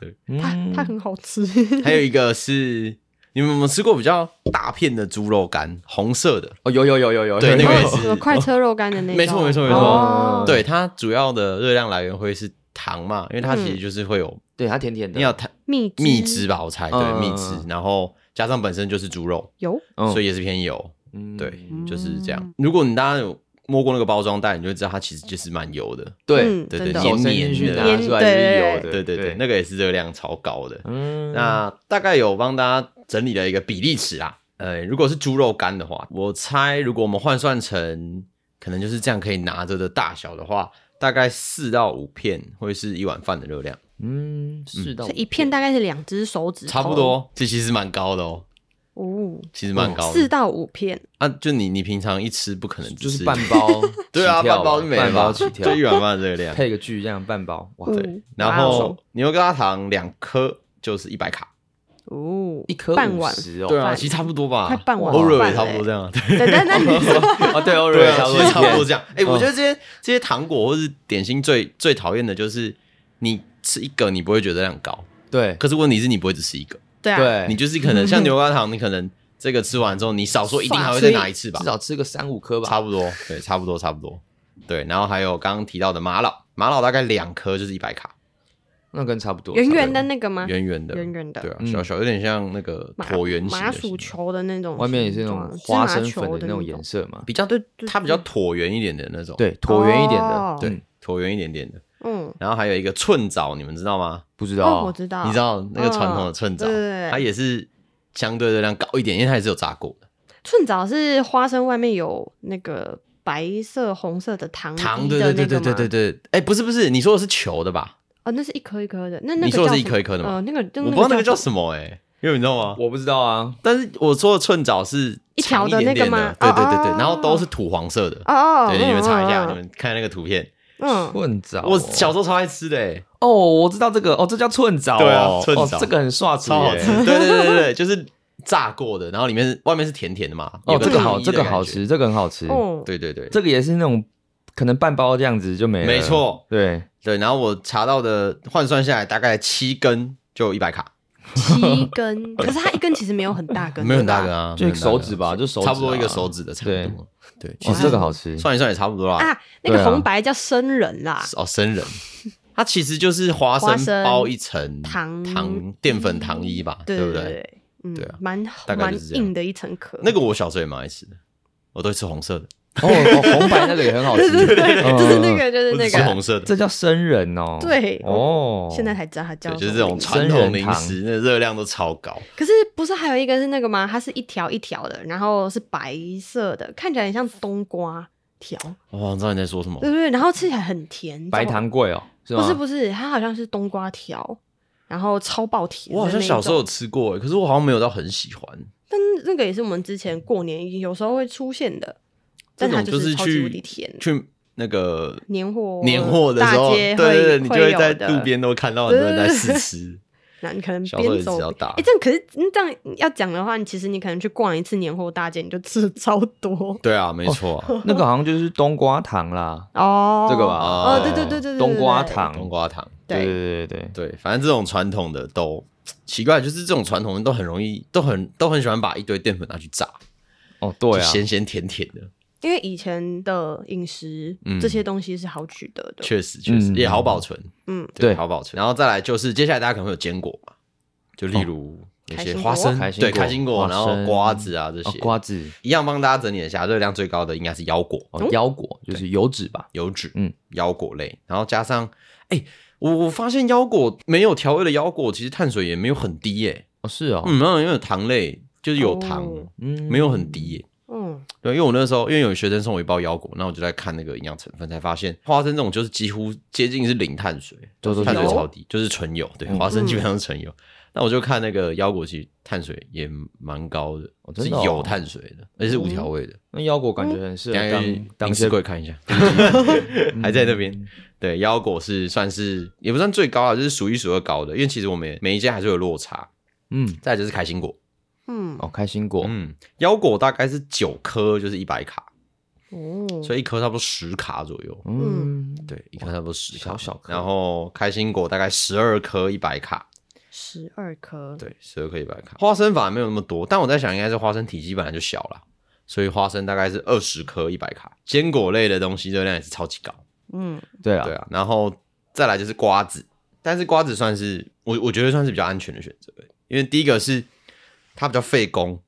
C: 它
B: 嗯
C: 它很好 吃。
A: 还有一个是，你们有没有吃过比较大片的猪肉干，红色的？
B: 哦，有有有有有，
A: 对那个也是
C: 什么快车肉干的那种，
A: 没错没错没错
C: 哦
A: 对，它主要的热量来源会是糖嘛，因为它其实就是会有
B: 对它甜甜的，
A: 你要糖
C: 蜜
A: 蜜汁吧，我猜对
B: 嗯
A: 蜜汁，然后加上本身就是猪肉，
C: 有
B: 嗯
A: 所以也是偏油，对，
C: 嗯
A: 就是这样。如果你大家有摸过那个包装袋，你就会知道它其实就是蛮油的，
B: 对
C: 嗯，啊
A: 对
C: 真
A: 对
C: 的
B: 手
A: 盐
B: 伸哦进去
A: 黏的啊
B: 拿出来是油的，
A: 对对对，那个也是热量超高的。
B: 嗯，
A: 那大概有帮大家整理了一个比例尺啦。呃，如果是猪肉干的话，我猜如果我们换算成可能就是这样可以拿着的大小的话，大概四到五片会是一碗饭的热量，
B: 嗯，是到
C: 所以一片大概是两只手指头，
A: 差不多。这其实蛮高的哦，
C: 哦，
A: 其实蛮高
C: 四
A: 的、
C: 到五片，
A: 啊。就你你平常一吃不可能只
B: 就是
A: 吃，
B: 半 包
A: 对啊，
B: 起跳
A: 半包就没了
B: 半
A: 吧，
B: 包起跳嗯
A: 就，一嗯碗饭的热 量。
B: 配个巨量半包，哇，
C: 对
A: 然后牛轧糖两颗就是一百卡，
C: 哦，
B: 一颗
C: 半碗
B: 五，十哦，
A: 对啊，
C: 饭
A: 其实差不多吧，
C: 快半碗
A: 欧瑞
C: 饭
A: 也差
C: 嘞
A: 不多这样，对。
C: 对，但那你 说
B: 啊，对哦，
A: 对啊，
B: 差不
A: 其
B: 多
A: 实差不多这
B: 样，
A: 样。
B: 嗯
A: 哎、我觉得这些这些糖果或是点心最最讨厌的就是你吃一个你不会觉得量高，
B: 对
A: 可是问题是你不会只吃一个，
C: 对啊，
B: 对，
A: 你就是可 能像牛轧糖，你可能这个吃完之后，你少说一定还会再拿一次吧
B: 至，少吃个三五颗吧，
A: 差不多，对，差不多，差不多，对。然后还有刚刚提到的玛瑙，玛瑙大概两颗就是一百卡，
B: 那跟差不多，
C: 圆圆的那个吗？
A: 圆圆的，
C: 啊圆圆的
A: 对啊，
B: 嗯
A: 小小有点像那个
C: 麻
A: 椭圆形
C: 麻
A: 的
C: 薯
A: 形状，
C: 球的那种形状，
B: 外面也是那种花生粉的那种颜
C: 色，
B: 色嘛，
A: 比较
C: 对对
A: 它比较椭圆一点的那种，
B: 对，椭圆一点的
C: 哦，
A: 对
B: 嗯，
A: 椭圆一点点的。
C: 嗯，
A: 然后还有一个寸枣，你们知道吗？
B: 不知
C: 哦，
B: 道
C: 我，知道，
A: 你知道那个传统的寸枣，
C: 嗯对对对
A: 它也是相对热量高一点，因为它也是有炸过的
C: 寸枣是花生外面有那个白色、红色的糖
A: 糖。
C: 衣
A: 对对
C: 的嗯那
A: 对
C: 个
A: 对
C: 吗
A: 对对对，哎，不是不是，你说的是球的吧？
C: 哦，那是一颗一颗的，那那个
A: 你说的
C: 叫
A: 是一
C: 什
A: 颗
C: 么
A: 一颗的吗
C: 呃，那个
A: 我不知道那个叫
C: 么
A: 什么哎，因为你知道吗？
B: 我不知道啊，
A: 但是我说的寸枣是
C: 一条
A: 长
C: 的
A: 一点
C: 那个
A: 点的
C: 吗
A: 对对
C: 哦
A: 对对，
C: 哦
A: 然后都是土黄色的。
C: 哦，
A: 对，你们查一下，
C: 嗯
A: 你，们看那个图片，
C: 嗯嗯，
B: 寸枣哦，
A: 我小时候超爱吃的哎，
B: 哦，我知道这个，哦，这叫寸枣哦，
A: 对啊寸
B: 哦
A: 枣
B: 这个很刷
A: 超好吃。对对对对对，就是炸过的，然后里面外面是甜甜的嘛。
B: 哦，
A: 有
B: 这个
A: 糖
B: 好，
A: 衣
B: 这
A: 的
B: 个
A: 感
B: 好
A: 觉。
B: 吃，这个很好吃，
C: 哦，
A: 对对对，
B: 这个也是那种可能半包这样子就没了，
A: 没错，
B: 对，
A: 对。然后我查到的换算下来大概七根就一百卡。
C: 七根，可是它一根其实没有很大根，
A: 没有很大
C: 对
A: 根
C: 吧
A: 啊，没
B: 就
A: 有很大根
B: 手
A: 啊
B: 指吧，就手指啊
A: 差不多一个手指的差不多。对，其
B: 哦，
A: 实
B: 这个好吃，
A: 算一算也差不多啦。
C: 啊！那个
B: 对啊
C: 红白叫生人啦，
A: 哦，生人，它其实就是花
C: 花
A: 生
C: 生
A: 包一层
C: 糖
A: 糖淀粉糖衣吧，
C: 对
A: 不
C: 对
A: 对？
C: 对，嗯
A: 对啊，
C: 蛮
A: 大概
C: 蛮
A: 就是这样
C: 硬的一层壳，
A: 那个我小时候也蛮爱吃的，我都会吃红色的。
B: 哦，哦红白那个也很好
C: 对
B: 吃，嗯
C: 对对，就是那个，就是
A: 我只
C: 那
A: 吃
C: 个，
A: 红色的，
B: 这叫生人哦。
C: 对
B: 哦，
C: 现在才知道它叫
A: 对，
C: 什么
A: 就是这
C: 名字。
A: 种传统零食，那热量都超高。
C: 可是不是还有一个是那个吗？它是一条一条的，然后是白色的，看起来很像冬瓜条，
A: 我好像知道你在说什么
C: 对，对对，然后吃起来很甜。
B: 白糖桂哦，是
C: 不
B: 吗？
C: 是不是，它好像是冬瓜条，然后超爆甜。
A: 我好像小时候有，吃过，欸可是我好像没有到很喜欢。
C: 但那个也是我们之前过年有时候会出现的，
A: 这
C: 但它
A: 种
C: 就是超级无
A: 去
C: 敌甜。
A: 去那个
C: 年货
A: 年货的时
C: 大
A: 候，
C: 街
A: 对对
C: 会
A: 对，你就会在
C: 有的
A: 路边都看到很多人在试吃。
C: 那你 可能
A: 小时候也
C: 边
A: 是
C: 走
A: 比较
C: 边，
A: 大
C: 哎、这样可是嗯这样要讲的话，你其实你可能去逛一次年货大街，你就吃得超多
A: 对啊，没错 啊，
B: 那个好像就是冬瓜糖啦，
C: 哦。
B: 这个吧？
A: 哦对对
C: 对对对对
B: 冬瓜
C: 对
B: 糖，
A: 冬瓜糖。
B: 对
C: 对，
B: 对对对
A: 对，反正这种传统的都奇怪，就是这种传统的都很容易，都很都很喜欢把一堆淀粉拿去炸，
B: 哦对
A: 就
B: 啊，
A: 咸咸甜甜的，
C: 因为以前的饮食、
A: 嗯
C: 这些东西是好取得的，
A: 确实确实、
B: 嗯
A: 也好保存，
C: 嗯，
B: 对
A: 好保存。然后再来就是接下来大家可能会有坚果嘛，就例如那
C: 开
A: 些
C: 心
A: 花生，
B: 哦开心
A: 对
B: 果
A: 开心果，
B: 花
A: 然后
B: 生
A: 瓜子啊这
B: 哦
A: 些，
B: 瓜子
A: 一样帮大家整理一下，热量最高的应该是腰果，
C: 嗯
B: 哦腰果就是油脂吧？
A: 油脂，嗯
B: 嗯，
A: 腰果类，然后加上，哎、我我发现腰果没有调味的腰果，其实碳水也没有很低耶、
B: 哦是哦，
A: 嗯，然后因为糖类就是有糖，
C: 哦
B: 嗯
A: 没有很低耶、
C: 嗯，
A: 对，因为我那时候因为有学生送我一包腰果，那我就在看那个营养成分，才发现花生这种就是几乎接近是零碳水，
B: 都是
A: 碳水
B: 油
A: 超低，就是纯油。
B: 嗯
A: 对，花生基本上是纯油。那我就看那个腰果，其实碳水也蛮高的，
B: 哦
A: 是
B: 真的哦
A: 有碳水的，而且是无调味的。
B: 那腰果感觉很适
A: 等
B: 合
A: 一
B: 当
A: 下
B: 当
A: 当
B: 一些
A: 时柜看一 下，
B: 嗯
A: 还在那边。对，腰果是算是也不算最高啊，就是数一数二高的，因为其实我们也每一间还是有落差。
B: 嗯
A: 再来就是开心果，
C: 嗯，
B: 哦开心果
A: 嗯，腰果大概是九颗，就是一百卡，
C: 哦，
A: 所以一颗差不多十卡左右。
B: 嗯
A: 对，一颗差不多十卡，
B: 小小颗
A: 然后开心果大概十二颗一百卡，
C: 十二颗，
A: 对，十二颗一百卡。花生反而没有那么多，但我在想应该是花生体积本来就小啦，所以花生大概是二十颗一百卡。坚果类的东西热量也是超级高。
C: 嗯，
B: 对啊
A: 对啊，然后再来就是瓜子，但是瓜子算是我我觉得算是比较安全的选择，因为第一个是它比较费工，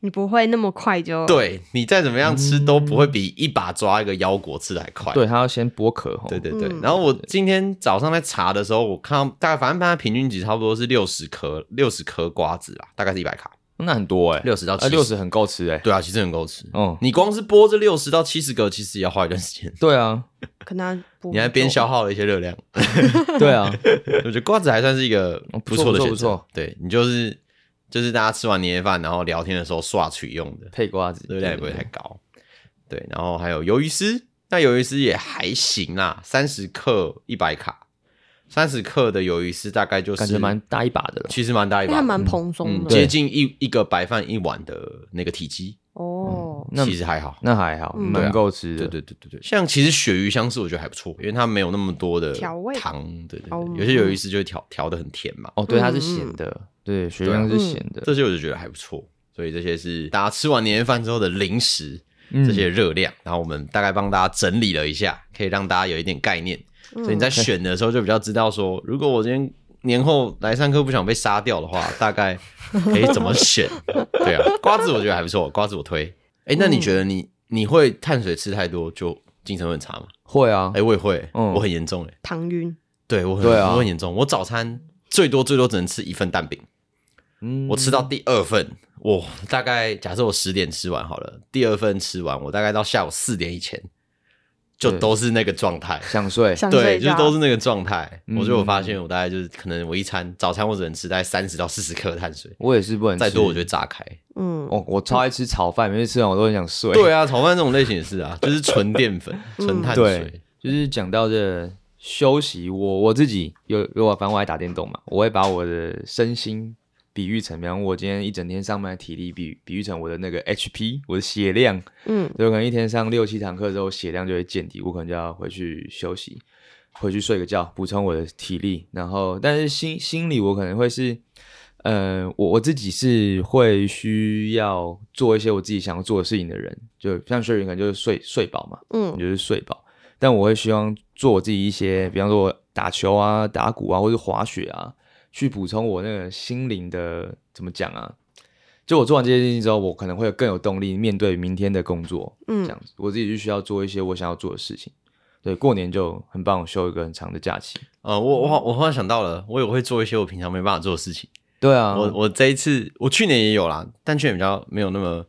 C: 你不会那么快就，
A: 对你再怎么样吃都不会比一把抓一个腰果吃的还快。
B: 对，它要先剥壳哦
A: 对对对
C: 嗯
A: 然后我今天早上在查的时候，我看到大概反正它平均值差不多是六十颗，六十颗瓜子啦，大概是一百卡，
B: 那很多哎，
A: 六十到
B: 啊
A: 七
B: 六。十很够吃哎，
A: 对啊，其实很够吃。
B: 嗯
A: 你光是剥这六十到七十个，其实也要花一段时间。
B: 对 啊
C: 可能它不
A: 你还边消耗了一些热量，
B: 对啊，
A: 我觉得瓜子还算是一个
B: 哦不
A: 不
B: 错
A: 错的
B: 不错
A: 选
B: 不
A: 择
B: 错。
A: 对你就是就是大家吃完年夜饭，然后聊天的时候刷取用的，
B: 配瓜子
A: 热量也不会太高。对，然后还有鱿鱼丝，那鱿鱼丝也还行啦，三十克一百卡，三十克的鱿鱼丝大概就是
B: 感觉蛮，大一把的了。
A: 其实蛮大一
C: 因为它
A: 把的，
C: 蛮蓬松
A: 嗯，
C: 的、
A: 接近一一个白饭一碗的那个体积，
C: 哦，
B: 嗯那
A: 其实还好。
B: 那还好，
C: 嗯
B: 蛮够吃
A: 嗯对
B: 的。
A: 对对对对，像其实鳕鱼香丝我觉得还不错，因为它没有那么多的
C: 调味
A: 糖，对对
C: 哦
A: 对，有些鱿鱼丝就会调调的很甜嘛，
B: 哦，对，它
C: 嗯
B: 是
C: 嗯
B: 咸的，对，学
A: 对啊
B: 生是
C: 嗯
B: 咸的，
A: 这些我就觉得还不错。所以这些是大家吃完年夜饭之后的零食，
B: 嗯
A: 这些热量，然后我们大概帮大家整理了一下，可以让大家有一点概念。
B: 嗯
A: 嗯
C: 嗯
A: 所以你在选的时候就比较知道说，如果我今天年后来上课不想被杀掉的话，大概可以怎么 选？对啊，瓜子我觉得还不错，瓜子我推。
B: 嗯
A: 哎，那你觉得你你会碳水吃太多就精神会很差吗？
B: 会啊
A: 哎，，我也会，
B: 嗯
A: 我很严重哎，
C: 糖晕，
A: 对我很
B: 对啊
A: 我很严重，我早餐最多最多只能吃一份蛋饼。
B: 嗯
A: 我吃到第二份，我大概假设我十点吃完好了，第二份吃完，我大概到下午四点以前就
B: 对
A: 都是那个状态。
B: 想睡，
C: 想
A: 对，
C: 睡
A: 就是
C: 觉，
A: 都是那个状态。
B: 嗯
A: 我就有发现，我大概就是可能我一餐早餐我只能吃大概三十到四十克碳水，
B: 我也是不能
A: 再
B: 吃哦
A: 多我就会炸开。
C: 嗯，
A: 哦
B: 我我超爱吃炒饭，每次吃完我都很想睡。
A: 对啊，炒饭这种类型也是啊，就是纯淀 粉、纯碳水
B: 嗯对。就是讲到这休息，我我自己有有我，反正我爱打电动嘛，我会把我的身心比喻成，比方我今天一整天上班的体力比比喻成我的那个 HP，我的血量，
C: 嗯，
B: 所以我可能一天上六七堂课之后，血量就会见底，我可能就要回去休息，回去睡个觉，补充我的体力。然后，但是心心里我可能会是，呃，我我自己是会需要做一些我自己想要做的事情的人，就像薛云可能就是睡睡饱嘛，
C: 嗯
B: 你就是睡饱。但我会希望做我自己一些，比方说我打球啊、打鼓啊，或是滑雪啊，去补充我那个心灵的怎么讲啊，就我做完这些事情之后，我可能会有更有动力面对明天的工作，这
C: 嗯
B: 样，子，我自己就需要做一些我想要做的事情。对，过年就很棒，我休一个很长的假期。
A: 呃，我我好我忽然想到了，我也会做一些我平常没办法做的事情。
B: 对啊，
A: 我我这一次，我去年也有啦，但去年比较没有那么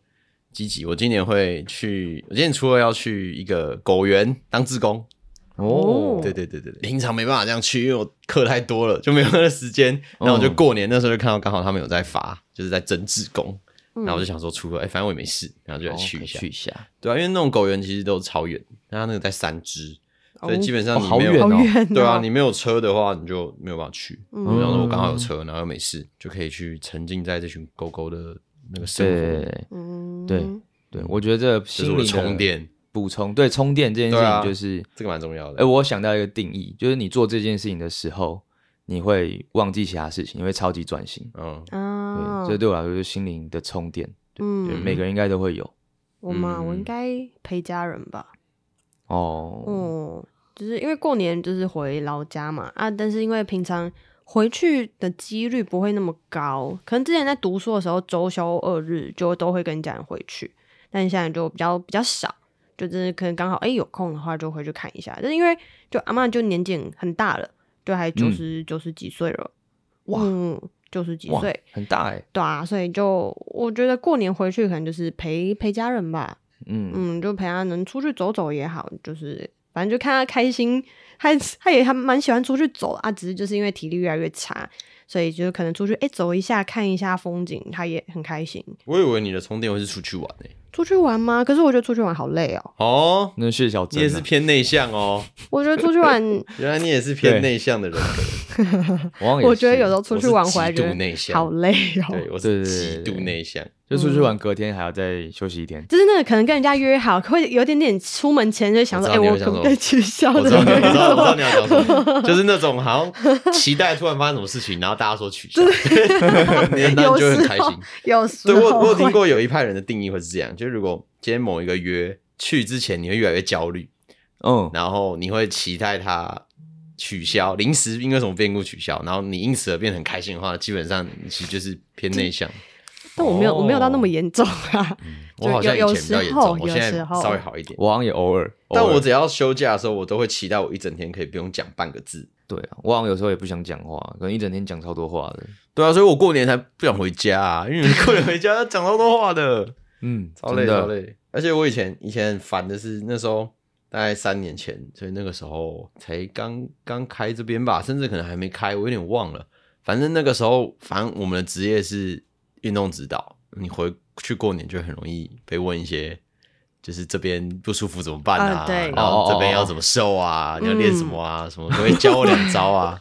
A: 积极。我今年会去，我今年初二要去一个狗园当志工。
B: 哦
C: 哦，
A: 对对对对对，平常没办法这样去，因为我课太多了，就没有那个时间。然后我就过年那时候就看到刚好他们有在发，就是在征志工，然后我就想说初二，哎、反正我也没事，然后就来
B: 哦
A: 去
B: 可
A: 一
B: 以
A: 下。
B: 去一下，
A: 对啊，因为那种狗园其实都超远，但它那个在三只，所以基本上
B: 哦
A: 你
B: 好
A: 没有、
B: 远
C: 好
B: 哦
C: 远、哦，
A: 对啊，你没有车的话，你就没有办法去。
C: 嗯
A: 然后我刚好有车，然后又没事，就可以去沉浸在这群狗狗的那个生活，
B: 对
C: 嗯
B: 对对，我觉得这个
A: 这是
B: 心
A: 我的
B: 灵
A: 充电，
B: 补充，对充电这件事
A: 对啊
B: 情就是，
A: 这个蛮重要
B: 哎、
A: 的。
B: 我想到一个定义，就是你做这件事情的时候，你会忘记其他事情，你会超级专心。
A: 嗯，
C: 啊
B: 对，，这对我来说就是心灵的充电，对
C: 嗯，
B: 每个人应该都会有。
C: 我嘛，
A: 嗯
C: 我应该陪家人吧，
B: 哦，
C: 哦、就是因为过年就是回老家嘛啊，但是因为平常回去的几率不会那么高，可能之前在读书的时候，周休二日就都会跟家人回去，但现在就比较比较少，就是可能刚好哎、有空的话就回去看一下，但是因为就阿嬷就年纪很大了，就还九十九十几岁了，
B: 嗯哇
C: 嗯，九十几
B: 哇
C: 岁，，
B: 很大哎、
C: 对啊，所以就我觉得过年回去可能就是陪陪家人吧，
B: 嗯，
C: 嗯，就陪他能出去走走也好，就是反正就看他开心，他他也还蛮喜欢出去走的啊，只是就是因为体力越来越差，所以就是可能出去哎、诶走一下看一下风景，他也很开心。
A: 我以为你的充电会是出去玩诶、
C: 出去玩吗？可是我觉得出去玩好累哦，
A: 哦，
B: 那谢谢小
A: 你
B: 珍、
A: 也
B: 啊，
A: 是偏内向哦，
C: 我觉得出 去玩，
A: 原来你也是偏
B: 对
A: 内向 的人格。
B: 我好像也
C: 我觉得
B: 是
C: 有时候出去玩回来
A: 我是极
C: 觉
A: 度内
C: 得
A: 向
C: 好累
A: 对，
C: 哦。
A: 我是
B: 对对
A: 极
B: 对
A: 度
B: 对
A: 内向。
B: 就出去玩，隔天还要再休息一天。
C: 就是那个可能跟人家约好，会有点点出门前就想
A: 我
C: 说，哎、
A: 知道你
C: 我
A: 会想
C: 可不
A: 说
C: 可以取消
A: 我
C: 的
A: 知道你，我
C: 那
A: 知道，我知
C: 种？
A: 道你要讲什么，就是那种好像期待突然发生什么事情，然后大家说取消，对， 那你就会很开心。
C: 有时
A: 对
C: 候
A: 我有，我有听
C: 会
A: 过有一派人的定义会是这样，就是如果今天某一个约去之前，你会越来越焦虑，
B: 嗯，
A: 然后你会期待它取消，临时因为什么变故取消，然后你因此而变得很开心的话，基本上你其实就是偏内向。
C: 但我没有，我没有到那么
B: 哦
C: 严重啊。
A: 我好像以
C: 有
A: 前比
C: 有
A: 较
C: 时
A: 严
C: 候
A: 重，，我
C: 有
A: 现在
C: 时候
A: 稍微好一点。
B: 我好像也偶尔，
A: 但
B: 偶尔
A: 我只要休假的时候，我都会期待我一整天可以不用讲半个字。
B: 对啊，我好像有时候也不想讲话，可能一整天讲超多话的。
A: 对啊，所以我过年才不想回家、啊，因为过年回家要讲超多话的。
B: 嗯，
A: 超累
B: 真的
A: 超累。而且我以前以前很烦的是那时候大概三年前，所以那个时候才刚刚开这边吧，甚至可能还没开，我有点忘了。反正那个时候，反正我们的职业是运动指导，你回去过年就很容易被问一些。就是这边不舒服怎么办啊？
C: 啊对嗯
A: 然后这边要怎么瘦啊？你要练什么啊？什么都会教我两招 啊。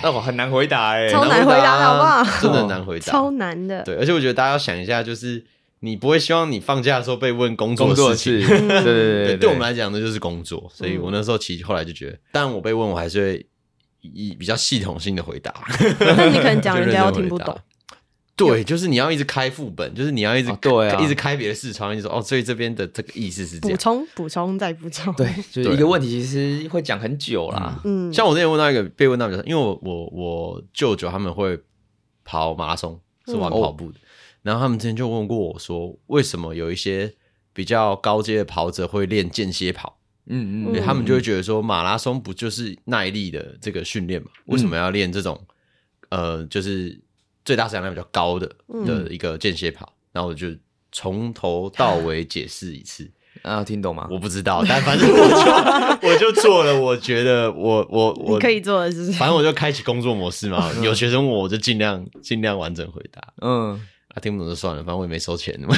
B: 那我很难回答哎、
C: 超难回答的好不好
A: 啊真的很难回答，
C: 超难的。
A: 对，而且我觉得大家要想一下，就是你不会希望你放假的时候被问工作
B: 工作
A: 的事
B: 的
A: 情
B: 事，，
C: 嗯
B: 对对 对
A: 对，
B: 对，
A: 对我们来讲那就是工作，所以
C: 嗯
A: 我那时候其实后来就觉得，但我被问我还是会以比较系统性的回答，
C: 但你可能讲
A: 就
C: 人
A: 认
C: 家
A: 真
C: 又
A: 回
C: 听不
A: 答
C: 懂，。
A: 对，就是你要一直开副本，就是你要一直、
B: 哦对啊
A: 一直开别的视窗，一直说哦，所以这边的这个意思是这
C: 补
A: 样。
C: 充补充再补充。
B: 对，就是一个问题，其实会讲很久啦。
C: 嗯，
A: 像我之前问到一个被问到比较，因为我我我舅舅他们会跑马拉松，是玩
C: 嗯
A: 跑步的，然后他们之前就问过我说，为什么有一些比较高阶的跑者会练间歇跑？
B: 嗯
A: 对
C: 嗯
A: 他们就会觉得说，马拉松不就是耐力的这个训练嘛？
C: 嗯
A: 为什么要练这种、呃，就是最大摄氧量比较高的
C: 嗯
A: 的一个间歇跑？然后我就从头到尾解释一
C: 嗯
A: 次，
B: 啊，听懂吗？
A: 我不知道，但反正我就 我就做了，我觉得我我
C: 你
A: 我
C: 可以，做的是，
A: 反正我就开启工作模式嘛。有学生问我，我就尽量尽量完整回答。
B: 嗯，
A: 啊，听不懂就算了，反正我也没收 钱 嘛。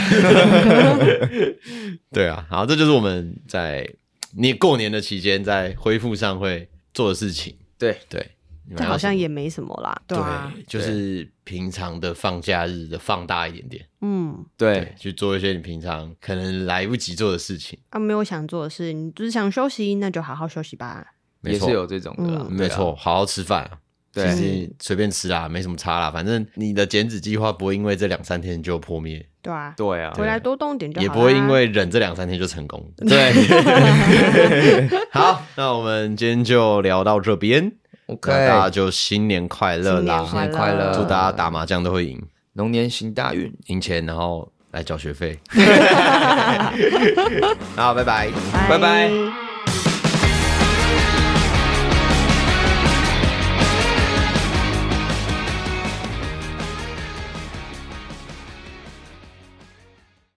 A: 对啊，好，这就是我们在你过年的期间在恢复上会做的事情。
B: 对，
A: 对，你们
C: 这
A: 还有
C: 好像
A: 什么
C: 也没什么啦，
A: 对,、
C: 啊，
A: 就是平常的放假日的放大一点点，
C: 嗯，
B: 对，
A: 去做一些你平常可能来不及做的事情。
C: 啊，没有想做的事，你就是想休息，那就好好休息吧。
A: 没
B: 也
A: 错
B: 是，有这种的啦，啊
C: 嗯
A: 没错，好好吃饭啊。
B: 对啊，
A: 其
B: 对，
A: 实随便吃啦，没什么差啦。反正你的减脂计划不会因为这两三天就破灭，
C: 对啊，
B: 对啊，
C: 回来多动点就好
A: 也
C: 啦
A: 不会因为忍这两三天就成功。
B: 对
A: 好，那我们今天就聊到这边，
B: ，OK，
A: 那大家就新年快乐啦！
C: 新年
B: 快乐
A: 祝大家打麻将都会赢。
B: 龙年行大运。
A: 赢钱然后来缴学费。好，拜拜。
B: 拜拜